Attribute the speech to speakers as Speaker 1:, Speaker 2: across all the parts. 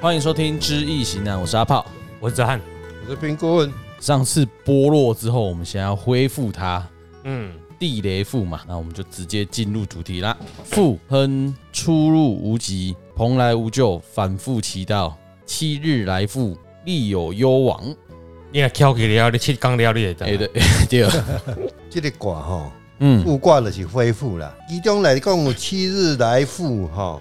Speaker 1: 欢迎收听《知易行难》，我是阿炮。
Speaker 2: 我是子翰。
Speaker 3: 我是评估问，
Speaker 1: 上次剥落之后，我们想要恢复它
Speaker 2: 嗯，
Speaker 1: 地雷赋嘛，那我们就直接进入主题啦。赋亨出入无极，蓬莱无咎，反复其道，七日来复，利有攸往。
Speaker 2: 你来挑给了，你七刚了，你也
Speaker 1: 哎、
Speaker 2: 得。
Speaker 1: 对， 对，
Speaker 3: 这个卦吼，
Speaker 1: 嗯，
Speaker 3: 复卦就是恢复啦。其中来讲有七日来复吼，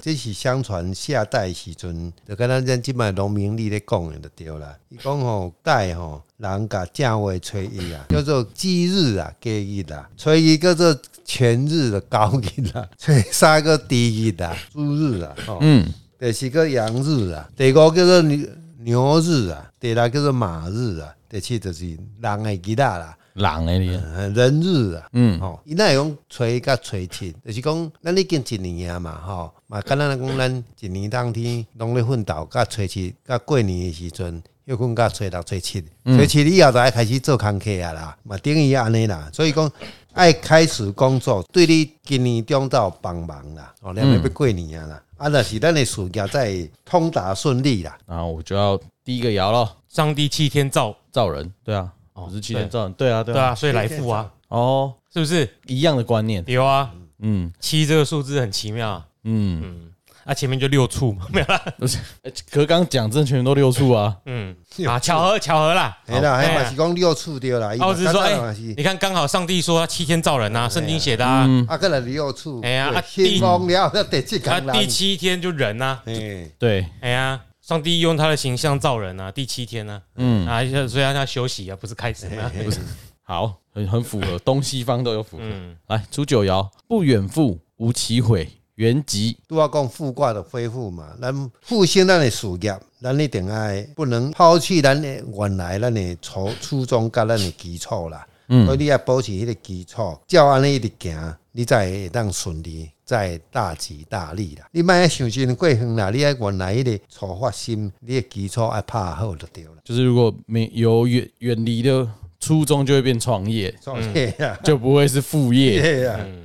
Speaker 3: 这是相传夏代时阵，就敢若咱即摆农民历咧讲的就对啦。伊讲吼代吼，人甲正月初一啊，叫做忌日啊，忌日啊，初一叫做全日的高日啊，初三个低日啊，猪日啊，吼、
Speaker 1: 嗯，
Speaker 3: 第四个羊日啊，第五叫做牛牛日啊，第六叫做马日啊，第七就是人的吉他啦。
Speaker 1: 狼哎你，
Speaker 3: 呃人日啊，
Speaker 1: 嗯，
Speaker 3: 吼、伊那会讲吹甲吹七，就是讲咱已经一年啊嘛，吼，嘛简单来讲，咱一年当天拢咧奋斗，甲吹七，甲过年的时阵休困甲吹六吹七，
Speaker 2: 嗯
Speaker 3: 吹七以后就爱开始做工课啊啦，嘛等于安尼啦，所以讲爱开始工作，对你今年中到帮忙啦，
Speaker 2: 嗯
Speaker 3: 哦，你要要过年啊啦，啊，若是咱的事业才会通达顺利啦，
Speaker 1: 然后我就要第一个摇咯，
Speaker 2: 上帝七天造，
Speaker 1: 造人，对啊，
Speaker 2: 哦
Speaker 1: 不是七天造人，对啊，对
Speaker 2: 对
Speaker 1: 啊，
Speaker 2: 啊，所以来富啊，
Speaker 1: 哦，
Speaker 2: 是不是？
Speaker 1: 一样的观念，
Speaker 2: 有啊，
Speaker 1: 嗯
Speaker 2: 七这个数字很奇妙啊，
Speaker 1: 嗯，
Speaker 2: 啊，前面就六处嘛，没有啦，
Speaker 1: 欸可刚讲正全都六处啊，
Speaker 2: 嗯，
Speaker 3: 六
Speaker 2: 啊，巧合巧合啦。
Speaker 3: 哎啦，
Speaker 2: 哎呀
Speaker 3: 还嘛是讲六处对啦，伊
Speaker 2: 啊，我只是说，
Speaker 3: 简单嘛
Speaker 2: 哎，
Speaker 3: 是
Speaker 2: 你看，刚好上帝说他七天造人啊，圣经写的啊，
Speaker 1: 嗯，
Speaker 3: 啊，个来六处，
Speaker 2: 哎呀啊啊
Speaker 3: 天光了，那第七
Speaker 2: 他
Speaker 3: 天
Speaker 2: 第，七天就人啊，
Speaker 3: 哎，
Speaker 1: 对，
Speaker 2: 哎呀，上帝用他的形象造人啊，第七天呢，
Speaker 1: 嗯，
Speaker 2: 啊，所以让他休息啊，不是开始啊，
Speaker 1: 不是，好，很很符合，东西方都有符合。
Speaker 2: 嗯
Speaker 1: 来，初九爻，不远赴，无其悔，原籍。
Speaker 3: 都要讲复卦的恢复嘛，咱复兴咱的事业，咱一定爱不能抛弃咱的原来咱的初初衷甲咱的基础啦，
Speaker 2: 嗯
Speaker 3: 所以你要保持迄个基础，照安尼一直行，你才会当顺利，才会大吉大利啦。你莫想真过远啦，你爱原来迄个初发心，你的基础爱拍好就对了，
Speaker 1: 就是如果没有远远离的初衷，就会变创业，
Speaker 2: 嗯
Speaker 3: 创业啊，
Speaker 1: 就不会是副业。
Speaker 3: 对啊，
Speaker 2: 嗯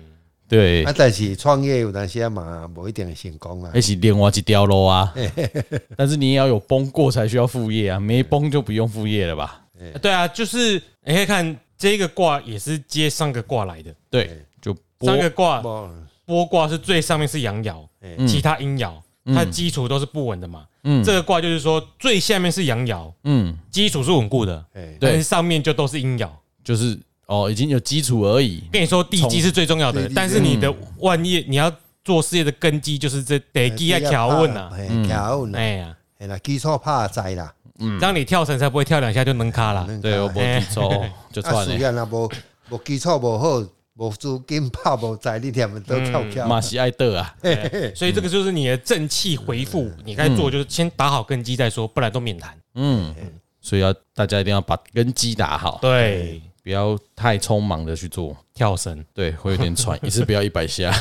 Speaker 1: 对，
Speaker 3: 啊，但是创业有当时啊嘛，无一定会成功啊。
Speaker 2: 哎
Speaker 1: 那是另外一条路啊。但是你也要有崩过才需要副业啊，没崩就不用副业了吧？
Speaker 2: 对啊，就是你可以看这个卦也是接上个卦来的，
Speaker 1: 对，就
Speaker 2: 上个
Speaker 1: 剥
Speaker 2: 卦
Speaker 3: 无
Speaker 2: 剥卦是最上面是阳爻，其他阴爻，它基础都是不稳的嘛。
Speaker 1: 嗯
Speaker 2: 这个卦就是说最下面是阳爻，
Speaker 1: 嗯，
Speaker 2: 基础是稳固的，
Speaker 3: 哎，
Speaker 1: 对
Speaker 2: 但是上面就都是阴爻。
Speaker 1: 就是哦，已经有基础而已。
Speaker 2: 跟你说地基是最重要
Speaker 3: 从
Speaker 2: 的
Speaker 3: 地，基
Speaker 2: 但是你的万业你要做事业的根基就是这得基要条稳啊，
Speaker 3: 嘿，条稳啊，
Speaker 2: 哎呀，
Speaker 3: 哎啦，基础拍在啦，
Speaker 2: 让你跳绳才不会跳两下就能卡啦。
Speaker 1: 对，我
Speaker 3: 啊
Speaker 1: 不记错，就
Speaker 3: 啊，
Speaker 1: 算
Speaker 3: 事
Speaker 1: 了。
Speaker 3: 业若无无基础无好，无资金拍无在，你连都跳
Speaker 1: 马
Speaker 3: 跳，
Speaker 1: 西埃德啊，
Speaker 2: 所以这个就是你的正气回复，你该做就是先打好根基再说，不然都免谈。
Speaker 1: 嗯，所以要大家一定要把根基打好。
Speaker 2: 对，
Speaker 1: 不要太匆忙的去做，
Speaker 2: 哎跳绳
Speaker 1: 对，会有点 喘，一次不要一百下，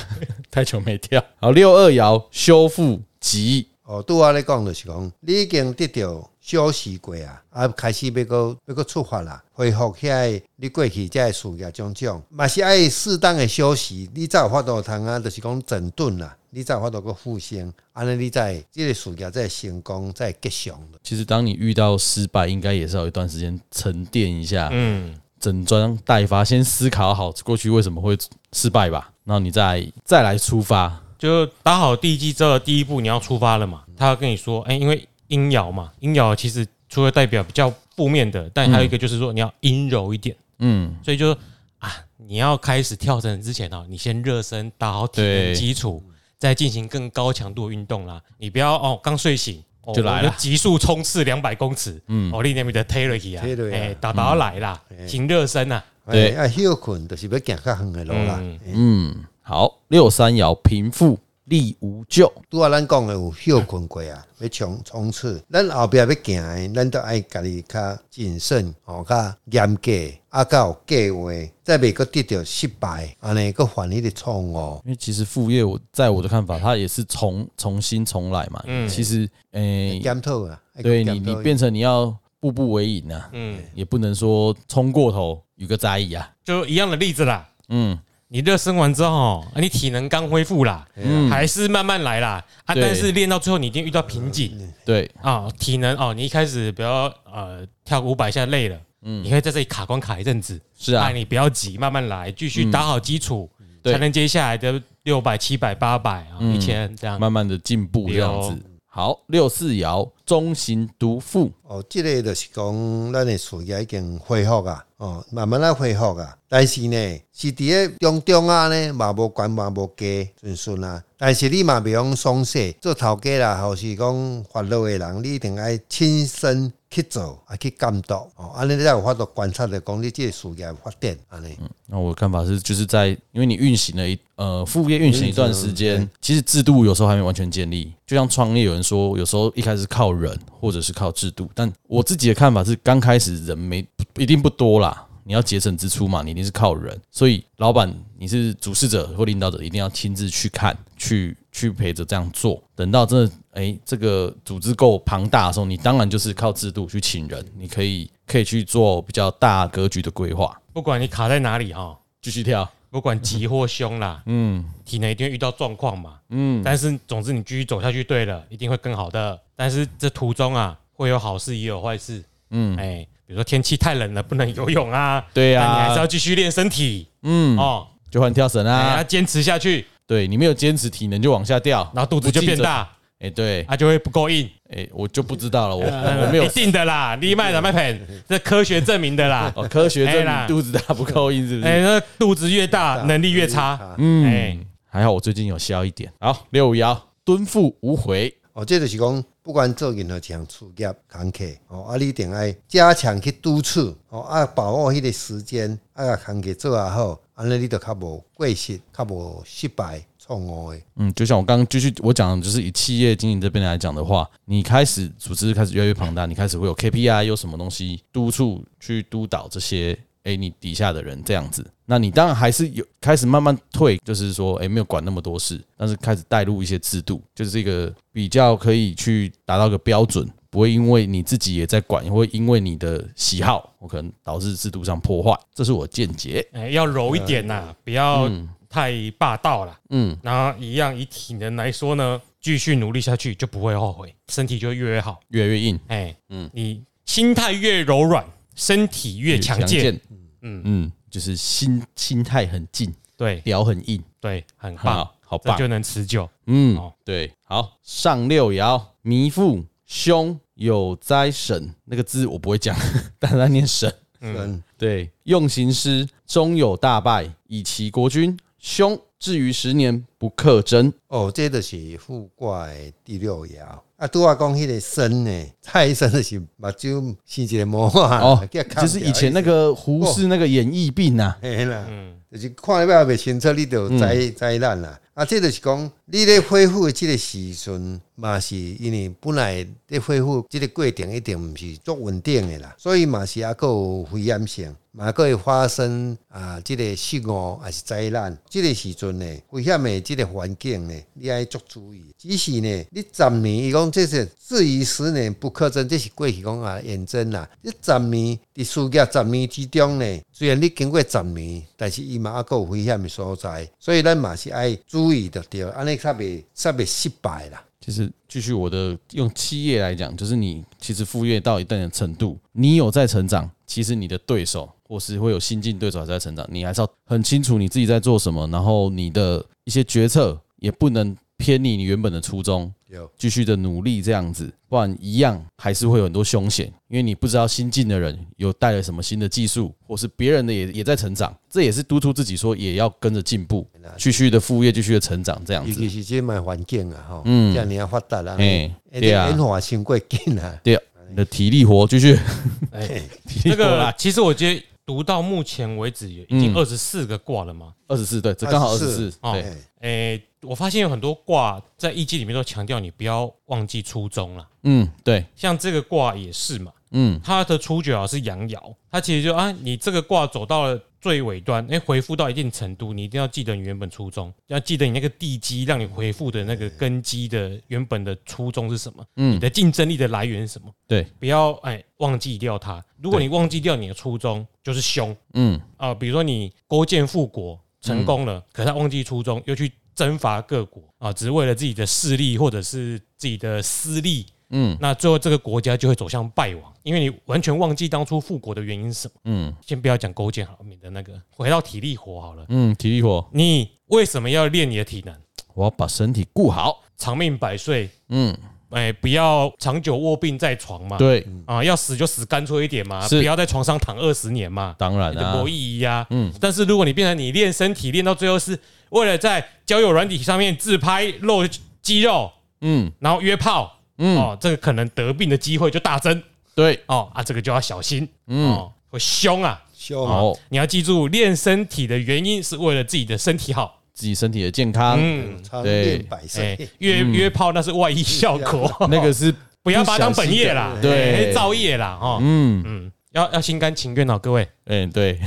Speaker 1: 太久没跳。好，六二爻修复吉，
Speaker 3: 哦，拄我咧讲就是讲，你已经得到休息过啊，啊，开始要个要个出发啦，恢复起来，你过去这个事业种种，嘛是爱适当的休息，你才有法度通啊，就是讲整顿啦，你才有法度个复兴，安尼你才会这个事业才会成功，才会吉祥的。
Speaker 1: 其实当你遇到失败，应该也是要有一段时间沉淀一下，
Speaker 2: 嗯，
Speaker 1: 整装待发，先思考好过去为什么会失败吧，然后你再再来出发。
Speaker 2: 就打好地基之后，第一步你要出发了
Speaker 1: 嗯
Speaker 2: 嘛。他要跟你说，哎、因为阴爻嘛，阴爻其实除了代表比较负面的，但还有一个就是说你要阴柔一点，
Speaker 1: 嗯，
Speaker 2: 所以就啊，你要开始跳绳之前哦，你先热身，打好体
Speaker 1: 对
Speaker 2: 能基础，再进行更高强度的运动啦。你不要哦，刚睡醒。哦
Speaker 1: 就来了
Speaker 2: 我急速冲刺两百公尺，嗯，哦，你那边的 Taylor 去啊
Speaker 3: 退下，去啊嗯哎
Speaker 2: 哎，打打来啦，请热身啊，
Speaker 1: 对
Speaker 3: 哎啊，休困就是要行较远的路
Speaker 2: 嗯
Speaker 3: 啦。
Speaker 1: 哎嗯好，六三爻贫富利无咎，
Speaker 3: 拄啊，咱讲的有休困过啊，要冲冲刺，咱后壁要行的，咱都爱家己较谨慎，吼、较严格，啊，较有计划，再袂个得到失败，安尼个犯迄个错误。
Speaker 1: 因为其实副业我在我的看法，它也是重重新重来嘛。嗯，其实诶、
Speaker 3: 检讨啊，要
Speaker 1: 对你，
Speaker 3: 检讨
Speaker 1: 你变成你要步步为营啊，嗯，也不能说冲过头有个灾异啊，
Speaker 2: 就一样的例子啦，
Speaker 1: 嗯，
Speaker 2: 你热身完之后哦，啊你体能刚恢复啦，
Speaker 3: 哎
Speaker 2: 还是慢慢来啦啊！
Speaker 1: 对嗯
Speaker 2: 但是练到最后，你一定遇到瓶颈
Speaker 1: 对，
Speaker 2: 啊！体能哦，你一开始不要呃跳五百下累了，你可以在这里卡关卡一阵子，
Speaker 1: 嗯是啊嗯
Speaker 2: 哎你不要急，慢慢来，继续打好基础，
Speaker 1: 对嗯
Speaker 2: 才能接下来的六百、七百、八百啊、一千这样。
Speaker 1: 慢慢的进步这样子
Speaker 2: 有。
Speaker 1: 好，六四爻中行独富，
Speaker 3: 哦，即、个就是讲，咱的事业已经恢复啊，哦，慢慢来恢复啊。但是呢，是伫咧中中啊呢，嘛无悬嘛无低，顺顺啊。但是你嘛袂用松懈，做头家啦，或是讲法律的人，你一定爱亲身去做，啊去监督，哦，安尼你才有法度观察着讲你即个事业的发展安尼。
Speaker 1: 那我的看法是，就是在因为你运行了一呃副业运行一段时间，其实制度有时候还没完全建立。就像创业，有人说有时候一开始靠人或者是靠制度，但我自己的看法是，刚开始人没不一定不多啦。你要节省支出嘛，你一定是靠人，所以老板你是主事者或领导者，一定要亲自去看、去去陪着这样做。等到真的哎、这个组织够庞大的时候，你当然就是靠制度去请人，你可以可以去做比较大格局的规划。
Speaker 2: 不管你卡在哪里哈，
Speaker 1: 继续跳。
Speaker 2: 不管急或凶啦，嗯，体能一定会遇到状况嘛，嗯，但是总之你继续走下去，对了，一定会更好的。但是这途中啊，会有好事也有坏事，嗯，哎、比如说天气太冷了，不能游泳啊，
Speaker 1: 对啊
Speaker 2: 但你还是要继续练身体，嗯，哦，
Speaker 1: 就换跳绳
Speaker 2: 哎要
Speaker 1: 啊，
Speaker 2: 坚持下去，
Speaker 1: 对你没有坚持，体能就往下掉，
Speaker 2: 然后肚子就变
Speaker 1: 不竞争。
Speaker 2: 大，
Speaker 1: 哎、对，
Speaker 2: 它就会不够硬，呃
Speaker 1: 哎、我就不知道了，我我没有，
Speaker 2: 一定的啦，你卖哪卖盆，这科学证明的啦
Speaker 1: 哦，科学证
Speaker 2: 哎啦
Speaker 1: 明肚子大不够硬，是不是？
Speaker 2: 哎、那肚子越大，能力越差，嗯，哎、
Speaker 1: 还好我最近有消一点。好，六五爻蹲腹无悔，
Speaker 3: 哦，这就是讲，不管做任何一项事业、工课，哦，啊，你一定要加强去督促，哦，啊，把握迄个时间，啊，工课做啊好，安尼你就较无过失，较无失败、错误的。
Speaker 1: 嗯，就像我刚刚继续我讲，的，就是以企业经营这边来讲的话，你开始组织开始越来越庞大，你开始会有 KPI，有什么东西督促去督导这些。哎、你底下的人这样子，那你当然还是有开始慢慢退，就是说，哎、没有管那么多事，但是开始带入一些制度，就是这个比较可以去达到一个标准，不会因为你自己也在管，也会因为你的喜好，我可能导致制度上破坏，这是我见解。
Speaker 2: 哎、要柔一点呐、不要太霸道啦。嗯，然后一样以体能来说呢，继续努力下去就不会后悔，身体就会越来越好。
Speaker 1: 越来越硬，
Speaker 2: 哎、嗯，你心态越柔软，身体越强健。，
Speaker 1: 嗯嗯，就是心心态很近，
Speaker 2: 对
Speaker 1: 聊很硬，
Speaker 2: 对，很棒，
Speaker 1: 好好
Speaker 2: 这
Speaker 1: 棒
Speaker 2: 就，能持久。
Speaker 1: 嗯
Speaker 2: 哦，
Speaker 1: 对，好，上六爻，弥父凶有灾神，那个字我不会讲， 但是他念神，
Speaker 3: 嗯，
Speaker 1: 对，用刑师终有大败，以其国君凶，至于十年不克真，
Speaker 3: 哦，这就是覆盖第六爻。啊，拄啊讲迄个身呢，蔡生就是目睭生一个魔啊，
Speaker 1: 哦，
Speaker 3: 叫砍
Speaker 1: 就是
Speaker 3: 掉
Speaker 1: 以前那，个胡
Speaker 2: 哦
Speaker 1: 适那个演义病啊，
Speaker 3: 嘿啦，就是看了袂清楚，你就灾灾难啦。啊，这就是讲，你咧恢复即个时阵，嘛是因为本来咧恢复即个过程一定毋是足稳定的啦，所以嘛是还佫有危险性，嘛佫会发生啊，即、个失误还是灾难。即、个时阵呢，危险的即个环境呢，你爱足注意。只是呢，你十年，伊讲这是至于十年不可争，这是过去讲啊验证啦。你十年伫事业十年之中呢，虽然你经过十年，但是伊嘛还佫有危险的所在，所以咱嘛是爱注意着对，安尼较袂较袂失败啦。
Speaker 1: 就是继续我的用企业来讲，就是你其实副业到一定的程度，你有在成长，其实你的对手或是会有新进对手还在成长，你还是要很清楚你自己在做什么，然后你的一些决策也不能偏离你原本的初衷，
Speaker 3: 有
Speaker 1: 继续的努力这样子，不然一样还是会有很多凶险，因为你不知道新进的人有带了什么新的技术，或是别人的也也在成长，这也是督促自己说也要跟着进步，继续的副业继续的成长这样
Speaker 3: 尤
Speaker 1: 子
Speaker 3: 其。是即卖环境啊，吼，
Speaker 1: 嗯
Speaker 3: 嗯，遮尔啊发达啦，
Speaker 1: 哎对
Speaker 3: 哎，变
Speaker 1: 啊
Speaker 3: 化伤过紧啊，
Speaker 1: 对，你的体力活继续。
Speaker 2: 哎、
Speaker 1: 体力
Speaker 2: 那
Speaker 1: 活
Speaker 2: 个
Speaker 1: 啦，
Speaker 2: 其实我觉得读到目前为止已经
Speaker 1: 嗯
Speaker 2: 二十四个卦了嘛。
Speaker 1: 二十四对，这刚好二十四
Speaker 3: 24
Speaker 2: 哦
Speaker 1: 对，
Speaker 2: 哎、我发现有很多卦在易经里面都强调你不要忘记初衷啦。
Speaker 1: 嗯对，
Speaker 2: 像这个卦也是嘛，
Speaker 1: 嗯
Speaker 2: 它的初九爻是阳爻，它其实就啊，你这个卦走到了最尾端，哎、回复到一定程度，你一定要记得你原本初衷，要记得你那个地基，让你回复的那个根基的原本的初衷是什么，你
Speaker 1: 嗯
Speaker 2: 的竞争力的来源是什么，
Speaker 1: 对，
Speaker 2: 不要哎、忘记掉它。如果你忘记掉你的初衷，就是凶
Speaker 1: 嗯
Speaker 2: 啊、比如说你勾践复国，成功了，可是他忘记初衷，又去征伐各国啊，只是为了自己的势力或者是自己的私利。嗯，那最后这个国家就会走向败亡，因为你完全忘记当初复国的原因是什么。嗯，先不要讲勾践好了，免得那个回到体力活好了。
Speaker 1: 嗯，体力活，
Speaker 2: 你为什么要练你的体能？
Speaker 1: 我要把身体顾好。
Speaker 2: 长命百岁，
Speaker 1: 嗯，
Speaker 2: 哎、不要长久卧病在床嘛。
Speaker 1: 对，
Speaker 2: 啊，要死就死干脆一点嘛，
Speaker 1: 是
Speaker 2: 不要在床上躺二十年嘛，
Speaker 1: 当然
Speaker 2: 你的
Speaker 1: 啊
Speaker 2: 博，弈呀。嗯，但是如果你变成你练身体练到最后是为了在交友软体上面自拍露肌肉，
Speaker 1: 嗯，
Speaker 2: 然后约炮，嗯，哦，这个可能得病的机会就大增
Speaker 1: 对，
Speaker 2: 哦啊，这个就要小心，嗯，哦、会凶啊。
Speaker 3: 凶啊，
Speaker 1: 好，
Speaker 2: 你要记住，练身体的原因是为了自己的身体好。
Speaker 1: 自己身体的健康，
Speaker 2: 嗯，
Speaker 3: 长
Speaker 1: 对
Speaker 3: 命百
Speaker 2: 哎、
Speaker 3: 岁，
Speaker 2: 约、约炮那是外溢效果，
Speaker 1: 那个是
Speaker 2: 不要把它当本业啦，
Speaker 1: 对
Speaker 2: 哎造业啦，哦，
Speaker 1: 嗯，
Speaker 2: 嗯，要要心甘情愿哦，各位，哦
Speaker 1: 哎，对，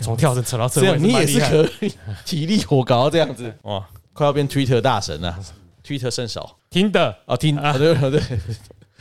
Speaker 2: 从跳绳扯到
Speaker 1: 这
Speaker 2: 社会
Speaker 1: 样你
Speaker 2: 蛮
Speaker 1: 也
Speaker 2: 厉
Speaker 1: 是
Speaker 2: 害的，
Speaker 1: 可以，体力活搞到这样子，哇，快要变 Twitter 大神了，Twitter 甚少
Speaker 2: 听的
Speaker 1: 啊，听，啊对对对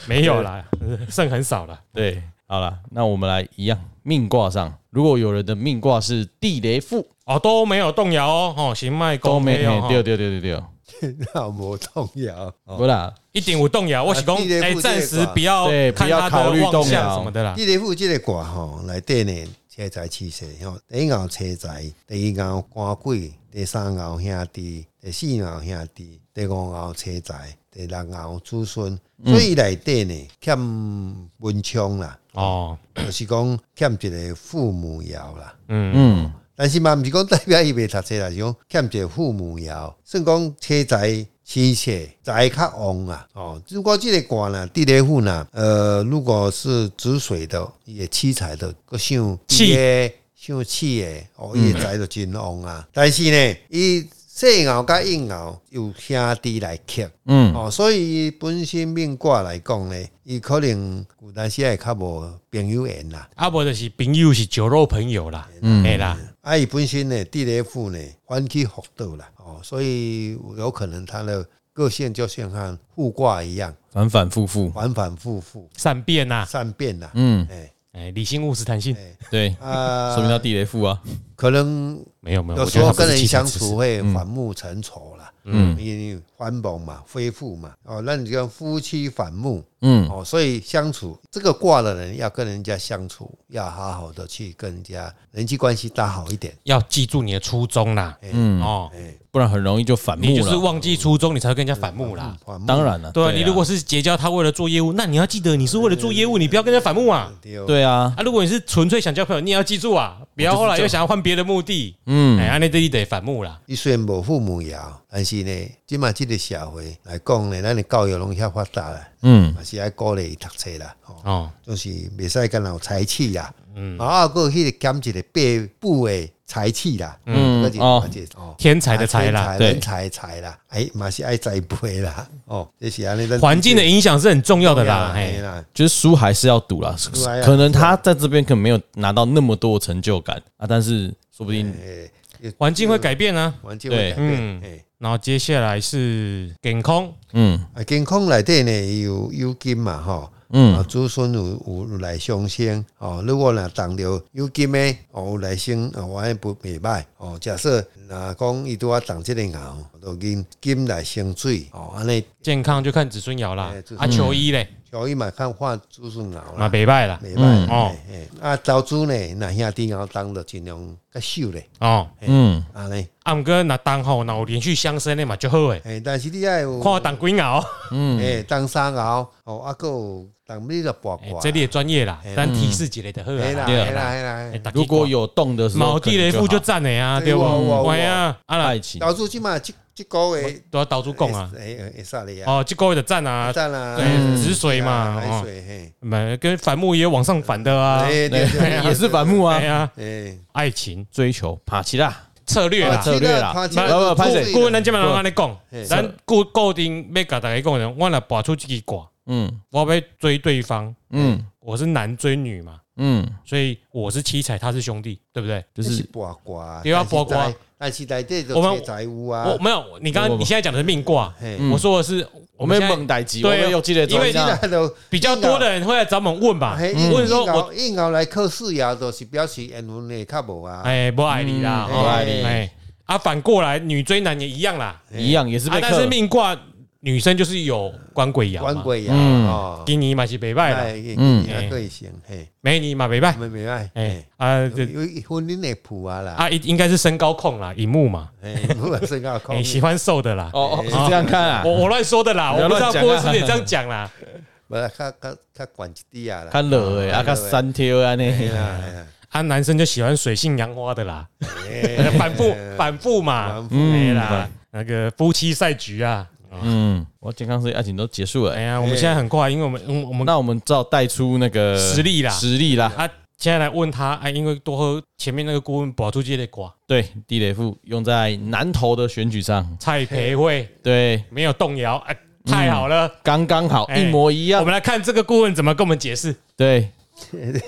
Speaker 2: 没有啦，剩很少了。
Speaker 1: 对，好了，那我们来一样命卦上，如果有人的命卦是地雷富，
Speaker 2: 哦，都没有动摇哦，哦，行迈
Speaker 1: 都
Speaker 2: 公
Speaker 1: 没
Speaker 2: 有
Speaker 1: 嘿对
Speaker 2: 哦，
Speaker 1: 对对对对，
Speaker 3: 那无动摇。哦
Speaker 1: 不啦，
Speaker 2: 一点五动摇，我是讲
Speaker 3: 啊地，雷
Speaker 2: 哎，
Speaker 3: 附
Speaker 2: 暂
Speaker 3: 这
Speaker 2: 时
Speaker 3: 个
Speaker 2: 不要
Speaker 1: 对
Speaker 2: 看
Speaker 1: 不要
Speaker 2: 他
Speaker 1: 考虑
Speaker 2: 的
Speaker 1: 动
Speaker 2: 望向
Speaker 1: 摇
Speaker 2: 什么的啦，
Speaker 3: 地雷府这个卦吼，内底呢，车财气势吼，第一爻车财，第二爻官鬼，第三爻兄弟，第四爻兄弟，第五爻车财，第六爻子孙，所以内底呢欠文昌啦，
Speaker 2: 哦，
Speaker 3: 就是讲欠一个父母爻啦。
Speaker 1: 嗯
Speaker 3: 但是嘛，毋是讲代表伊袂读册啦，是讲欠一个父母爻，算讲车财妻妾财较旺啊。哦，如果即个卦呢，地雷户呢，呃，如果是子水的，伊的妻财的，佮像
Speaker 2: 气
Speaker 3: 的，像气的，哦，伊的财就真旺啊。但是呢，伊细爻甲硬爻有兄弟来克。
Speaker 1: 嗯，
Speaker 3: 哦，所以本身命卦来讲呢，伊可能有当时会较无朋友缘啦。
Speaker 2: 阿伯啊就是朋友是酒肉朋友啦，
Speaker 1: 嗯
Speaker 2: 哎啦，
Speaker 3: 啊，伊本身呢，地雷父呢，翻起覆斗啦，哦，所以有可能他的个性就像和互卦一样，
Speaker 1: 反反复复，
Speaker 3: 反反复复，
Speaker 2: 善变呐，
Speaker 3: 善变啦，
Speaker 1: 嗯，
Speaker 3: 哎、
Speaker 2: 哎，理性务实弹性，
Speaker 1: 对，
Speaker 3: 啊
Speaker 1: 说明到地雷富啊，
Speaker 3: 可能
Speaker 2: 没有没有，嗯
Speaker 3: 有
Speaker 2: 我
Speaker 3: 时
Speaker 2: 觉得他
Speaker 3: 候
Speaker 2: 不
Speaker 3: 跟
Speaker 2: 是
Speaker 3: 人
Speaker 2: 气场嗯
Speaker 3: 相
Speaker 2: 之
Speaker 3: 处
Speaker 2: 事，
Speaker 3: 会反目成仇啦，
Speaker 1: 嗯
Speaker 3: 嗯，因为反目嘛，非父嘛，哦，那你叫夫妻反目，
Speaker 1: 嗯
Speaker 3: 哦，所以相处这个卦的人要跟人家相处，要好好的去跟人家人际关系打好一点，
Speaker 2: 要记住你的初衷啦，
Speaker 1: 嗯，
Speaker 2: 哦，
Speaker 3: 哎、
Speaker 1: 不然很容易就反
Speaker 2: 你
Speaker 1: 目
Speaker 2: 就是
Speaker 1: 了。
Speaker 2: 忘记初衷，你才会跟人家反目啦。
Speaker 3: 反目
Speaker 1: 当然了，
Speaker 2: 对啊，你如果是结交他为了做业务，那你要记得你是为了做业务，你不要跟人家反目啊。
Speaker 3: 对哦
Speaker 1: 对啊，
Speaker 2: 啊，如果你是纯粹想交朋友，你也要记住啊，不要后来又想要换别的目的。
Speaker 1: 嗯
Speaker 2: 哎，安尼这里得反目啦。
Speaker 3: 伊虽然无父母摇，但是呢，即嘛即个社会来讲呢，咱的教育拢遐发达啦，
Speaker 1: 嗯
Speaker 3: 嘛是爱鼓励伊读册啦，吼、
Speaker 2: 哦，
Speaker 3: 就是袂使干有才气啦，嗯，啊，还有迄个减一个背部的才气啦，
Speaker 1: 嗯
Speaker 3: 这个是
Speaker 1: 哦
Speaker 3: 嘛是哦
Speaker 2: 天才的才啦
Speaker 3: 啊天才
Speaker 1: 对
Speaker 3: 人才的才啦，哎，嘛是爱栽培啦，哦，这是安尼咱啊
Speaker 2: 环境的影响是很重要的啦。
Speaker 3: 嘿
Speaker 2: 哎，
Speaker 3: 啦，
Speaker 1: 就是书还是要读啦
Speaker 3: 书还，要
Speaker 1: 可能他在这边可能没有拿到那么多的成就感啊，但是说不定
Speaker 3: 哎，
Speaker 2: 环境会改变啊。
Speaker 3: 环境会改
Speaker 2: 嗯
Speaker 3: 变，哎。
Speaker 2: 然后接下来是健康，
Speaker 1: 嗯
Speaker 3: 啊，健康内底呢有有金嘛吼，
Speaker 1: 嗯
Speaker 3: 啊，子孙有有有来相生哦。如果若当着有金的哦，有来生啊，我也不袂歹哦。假设若讲伊拄啊当即个牛，就金金来生水哦，安尼
Speaker 2: 健康就看子孙爻啦
Speaker 3: 哎子。孙嗯
Speaker 2: 啊，求医嘞，
Speaker 3: 小伊嘛看化子孙牛
Speaker 2: 啊，
Speaker 3: 啦，
Speaker 2: 北拜啦。
Speaker 3: 袂歹
Speaker 2: 哦
Speaker 3: 哦。嘿嘿啊，投资呢，若兄弟牛当着尽量较秀咧，
Speaker 2: 哦，
Speaker 1: 嗯，
Speaker 3: 安尼。
Speaker 2: 啊，毋过若当吼，若有连续相生的嘛就好诶。
Speaker 3: 诶，但是你爱有
Speaker 2: 看我当哦鬼爻，
Speaker 3: 诶，当三牛哦，啊还有当你个八
Speaker 2: 哎
Speaker 3: 卦，
Speaker 2: 这里也专业啦，咱提示一类的好
Speaker 3: 嘿
Speaker 2: 啊
Speaker 3: 啦。
Speaker 1: 对
Speaker 3: 嘿
Speaker 1: 啊
Speaker 3: 啦嘿啦。嘿
Speaker 2: 哎
Speaker 3: 啦
Speaker 2: 大家
Speaker 1: 如果
Speaker 2: 看
Speaker 1: 有动的时候，
Speaker 2: 毛地雷夫就赞你啊，
Speaker 3: 可能
Speaker 2: 对
Speaker 3: 就
Speaker 2: 不？
Speaker 3: 好对哇哇哇
Speaker 2: 哎呀，啊啦
Speaker 1: 爱，情
Speaker 3: 投资即嘛即即个月。
Speaker 2: 都要导主讲啊，
Speaker 3: 会，会会使你啊，
Speaker 2: 哦，这个月的赞啊，
Speaker 3: 赞啦，
Speaker 1: 嗯
Speaker 2: 对止水嘛
Speaker 3: 海
Speaker 2: 哦
Speaker 3: 水嘿，
Speaker 2: 没跟反目也有往上反的啊，
Speaker 3: 哎对对
Speaker 1: 也是反目啊
Speaker 2: 哎，呀，
Speaker 3: 哎，
Speaker 2: 爱情
Speaker 1: 追求帕奇啦，
Speaker 2: 策略啦
Speaker 1: 啊。策略啦
Speaker 3: 拍起
Speaker 1: 不
Speaker 3: 来
Speaker 1: 不不拍谁
Speaker 2: 顾问咱今晚安尼讲，
Speaker 3: 嘿
Speaker 2: 咱固固定要甲大家讲的，我若拔出这支卦，
Speaker 1: 嗯
Speaker 2: 我要追对方，
Speaker 1: 嗯
Speaker 2: 我是男追女嘛，
Speaker 1: 嗯，
Speaker 2: 所以我是七彩，他是兄弟，对不对？
Speaker 1: 就
Speaker 3: 这是
Speaker 1: 是
Speaker 3: 八卦，
Speaker 2: 对啊
Speaker 3: 但是
Speaker 2: 八卦
Speaker 3: 在，但是内底
Speaker 2: 我
Speaker 3: 就
Speaker 2: 们
Speaker 3: 切财务啊
Speaker 2: 我，没有，你刚
Speaker 1: 不
Speaker 2: 刚
Speaker 1: 不不
Speaker 2: 你现在讲的是命卦，
Speaker 3: 嘿，
Speaker 1: 嗯
Speaker 2: 我说的是
Speaker 1: 我
Speaker 2: 我们
Speaker 1: 们
Speaker 2: 现在
Speaker 1: 蹦代机，我
Speaker 2: 对啊
Speaker 1: 们有记得
Speaker 2: 因为
Speaker 1: 专家
Speaker 3: 那都
Speaker 2: 比较多的人会来找我们问吧，
Speaker 3: 嘿，
Speaker 2: 问说啊嗯我
Speaker 3: 我硬熬来克四爻，就是表示缘分会较无啊，
Speaker 2: 哎，不爱你啦，
Speaker 1: 嗯
Speaker 2: 哦
Speaker 1: 不爱你
Speaker 2: 哎，啊，反过来女追男也一样啦，
Speaker 1: 一样也是
Speaker 2: 啊
Speaker 1: 被，
Speaker 2: 但是
Speaker 1: 克。
Speaker 2: 命卦女生就是有官鬼爻
Speaker 3: 官
Speaker 2: 嘛，
Speaker 3: 鬼呀，
Speaker 1: 嗯
Speaker 3: 哦，
Speaker 2: 给你嘛是北拜啦，
Speaker 3: 嗯，也可以行，嘿，
Speaker 2: 没你嘛北拜，
Speaker 3: 没没爱，
Speaker 2: 哎
Speaker 3: 嘿，
Speaker 2: 啊
Speaker 3: 有
Speaker 2: 这
Speaker 3: 有婚姻的谱啊啦，
Speaker 2: 啊应应该是身高控啦，荧幕嘛，
Speaker 3: 哎， 不管身高高
Speaker 2: 哎，喜欢瘦的啦，
Speaker 1: 哦哦，是这样看啊
Speaker 2: 我，我乱说的啦，
Speaker 1: 不要
Speaker 2: 我不知道
Speaker 1: 乱讲啊
Speaker 2: 郭师也这样讲啦，
Speaker 3: 不是较较较管一点啊啦，
Speaker 1: 看热
Speaker 2: 哦
Speaker 1: 诶，啊看三条安
Speaker 3: 嘿
Speaker 2: 哎
Speaker 1: 尼。
Speaker 3: 啦，嘿啦
Speaker 2: 啊男生就喜欢水性杨花的啦，
Speaker 3: 哎
Speaker 2: 反复反复嘛
Speaker 3: 反，复
Speaker 2: 对啦，那个夫妻赛局啊，
Speaker 1: 嗯，我健康是爱情都结束了
Speaker 2: 哎
Speaker 1: 欸。
Speaker 2: 呀，我们现在很快，因为我们嗯我们
Speaker 1: 那我们照带出那个
Speaker 2: 实力啦
Speaker 1: 实力啦。
Speaker 2: 啊，现在来问他啊，因为多喝前面那个顾问保出界的瓜，
Speaker 1: 对，地雷富用在南投的选举上，
Speaker 2: 蔡培慧
Speaker 1: 对，
Speaker 2: 没有动摇，哎，太好了。
Speaker 1: 刚刚好
Speaker 2: 哎
Speaker 1: 一模一
Speaker 2: 我
Speaker 1: 样。
Speaker 2: 们来看这个顾问怎么跟我们解释。
Speaker 1: 对，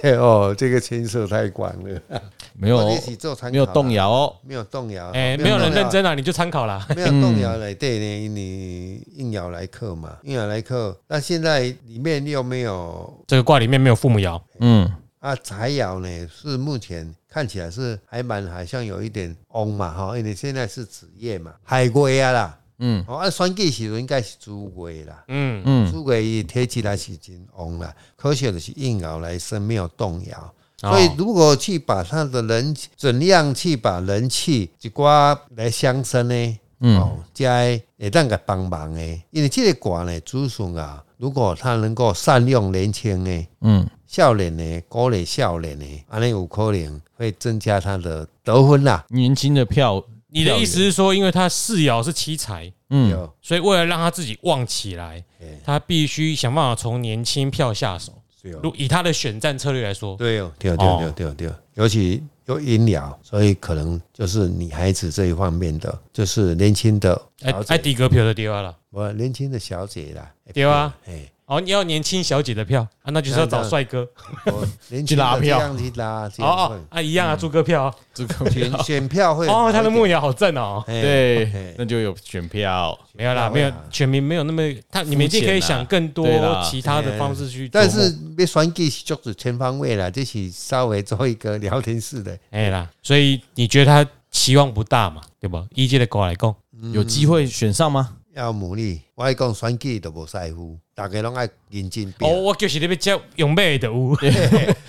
Speaker 3: 嘿哦，这个牵涉太广了， 啊
Speaker 1: 没有
Speaker 3: 我
Speaker 1: 哦
Speaker 3: 一起做参考啦
Speaker 1: 没有动，摇哦。
Speaker 3: 没有动摇，
Speaker 2: 哎，没有人
Speaker 3: 动摇
Speaker 2: 认真啊，嗯你就参考啦。
Speaker 3: 没有动摇来对呢，你硬咬来克嘛，硬咬来克。那现在里面又没有
Speaker 2: 这个卦里面没有父母爻，
Speaker 1: 嗯，
Speaker 3: 啊，柴窑呢是目前看起来是还蛮好像有一点翁嘛哈，因为现在是子夜嘛，海龟啊啦，
Speaker 1: 嗯，
Speaker 3: 哦，啊，选举时候应该是猪龟啦，
Speaker 2: 嗯，
Speaker 1: 嗯
Speaker 3: 猪龟伊提起来是真翁啦，可惜就是硬咬来生没有动摇。
Speaker 2: 哦
Speaker 3: 所以，如果去把他的人怎样去把人气一寡来相生呢？
Speaker 1: 嗯
Speaker 3: 哦，才会当个帮忙的，因为这个卦呢，子孙啊，如果他能够善用年轻的、
Speaker 1: 嗯
Speaker 3: 少年的、鼓励少年的，安尼有可能会增加他的得分啊啦。
Speaker 1: 年轻的票，
Speaker 2: 你的意思是说，因为他世爻是七财，
Speaker 1: 嗯，
Speaker 3: 有
Speaker 2: 所以为了让他自己旺起来
Speaker 3: 哎，
Speaker 2: 他必须想办法从年轻票下手。
Speaker 3: 对哦
Speaker 2: 如以他的选战策略来说，
Speaker 3: 对哦，对哦对
Speaker 2: 哦
Speaker 3: 哦对哦对哦，尤其有阴疗，所以可能就是女孩子这一方面的，就是年轻的
Speaker 2: 哎
Speaker 3: 小姐，
Speaker 2: 哎，迪格票的丢啊了，
Speaker 3: 我年轻的小姐啦，
Speaker 2: 对啊，
Speaker 3: 哎。
Speaker 2: 哦，你要年轻小姐的票啊，那就是要找帅哥。
Speaker 3: 哦年
Speaker 1: 去
Speaker 3: 轻
Speaker 1: 拉
Speaker 3: 的这
Speaker 1: 票
Speaker 3: 样去拉，这
Speaker 2: 哦
Speaker 3: 样
Speaker 2: 哦
Speaker 3: 会，
Speaker 2: 啊，一样啊，猪哥票啊。
Speaker 1: 这 个
Speaker 3: 选选票会好
Speaker 2: 哦，
Speaker 3: 一
Speaker 2: 他的
Speaker 3: 点
Speaker 2: 幕僚好正哦。
Speaker 3: 嘿
Speaker 1: 对
Speaker 3: 嘿，
Speaker 1: 那就有选票。
Speaker 2: 没有啦，
Speaker 3: 不
Speaker 2: 没
Speaker 3: 会
Speaker 2: 有
Speaker 3: 啊
Speaker 2: 选民没有那么他，你们一定可以想更多
Speaker 1: 对啦
Speaker 2: 其他的方式去琢磨。
Speaker 3: 但是要选举是就是全方位啦，这是稍微做一个聊天式的，
Speaker 2: 哎啦，所以你觉得他期望不大嘛？对吧？一届的过来讲，
Speaker 3: 嗯
Speaker 1: 有机会选上吗？
Speaker 3: 要努力。我跟你讲选举都无在乎，大家拢爱认真
Speaker 2: 哦，
Speaker 3: 拼，
Speaker 2: 我就是那边接用妹的 有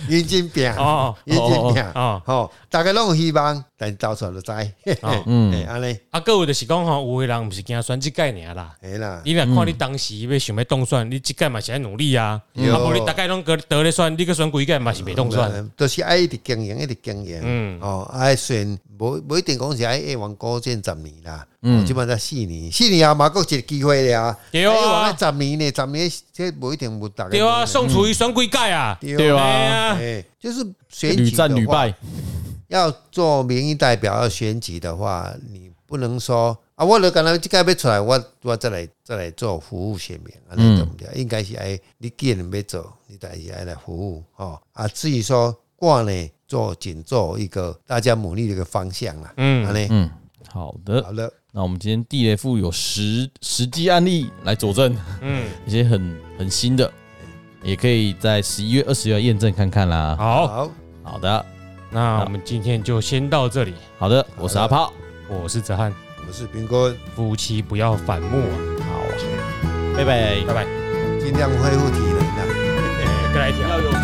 Speaker 3: 认真拼，
Speaker 2: 哦
Speaker 3: 认真拼。
Speaker 2: 哦
Speaker 3: 哦，大家拢有希望，但到处都知。
Speaker 2: 哦。
Speaker 3: 嗯，安尼，
Speaker 2: 啊，各位就是讲吼，有的人不是惊选这届尔啦。
Speaker 3: 哎啦，
Speaker 2: 你若看你当时要想要动算，你这届嘛是要努力啊。
Speaker 3: 对
Speaker 2: 啊，不然你大概拢个得咧算，你个选几啊届嘛是袂动算。
Speaker 3: 嗯，就是爱一直经营，一直经营。
Speaker 2: 嗯
Speaker 3: 哦，啊，虽然无无一定讲是爱爱玩高建十年啦，嗯，即满才四年，四年啊，嘛国一个机会了啊，
Speaker 2: 对啊
Speaker 3: 爱玩了十年呢，十年这无一定有逐个。
Speaker 2: 对啊，宋楚瑜选几届啊？
Speaker 3: 对啊
Speaker 1: 对
Speaker 2: 哎
Speaker 1: 啊，
Speaker 2: 呀，
Speaker 3: 哎，就是选举
Speaker 1: 屡战
Speaker 3: 的
Speaker 1: 屡
Speaker 3: 话
Speaker 1: 败，
Speaker 3: 要做民意代表要选举的话，你不能说啊，我就干那即个要出来，我我再来再来做服务选民，安尼对不对？应该是哎，你既然要做，你当然是爱来服务哦。啊，至于说挂呢，做仅做一个大家努力的一个方向啦。
Speaker 2: 嗯
Speaker 3: 安尼
Speaker 1: 嗯，好的
Speaker 3: 好。了，
Speaker 1: 那我们今天地雷富有实实际案例来佐证，
Speaker 2: 嗯，
Speaker 1: 一些很很新的，也可以在十一月二十来验证看看啦。
Speaker 2: 好，
Speaker 3: 好，
Speaker 1: 好的，
Speaker 2: 那我们今天就先到这里。
Speaker 1: 好的，我是阿炮。
Speaker 2: 我是泽汉，
Speaker 3: 我是平哥，
Speaker 2: 夫妻不要反目啊！
Speaker 1: 好，拜拜。
Speaker 2: 拜拜，
Speaker 3: 尽量恢复体能啦。
Speaker 2: 各来一条。
Speaker 1: 要有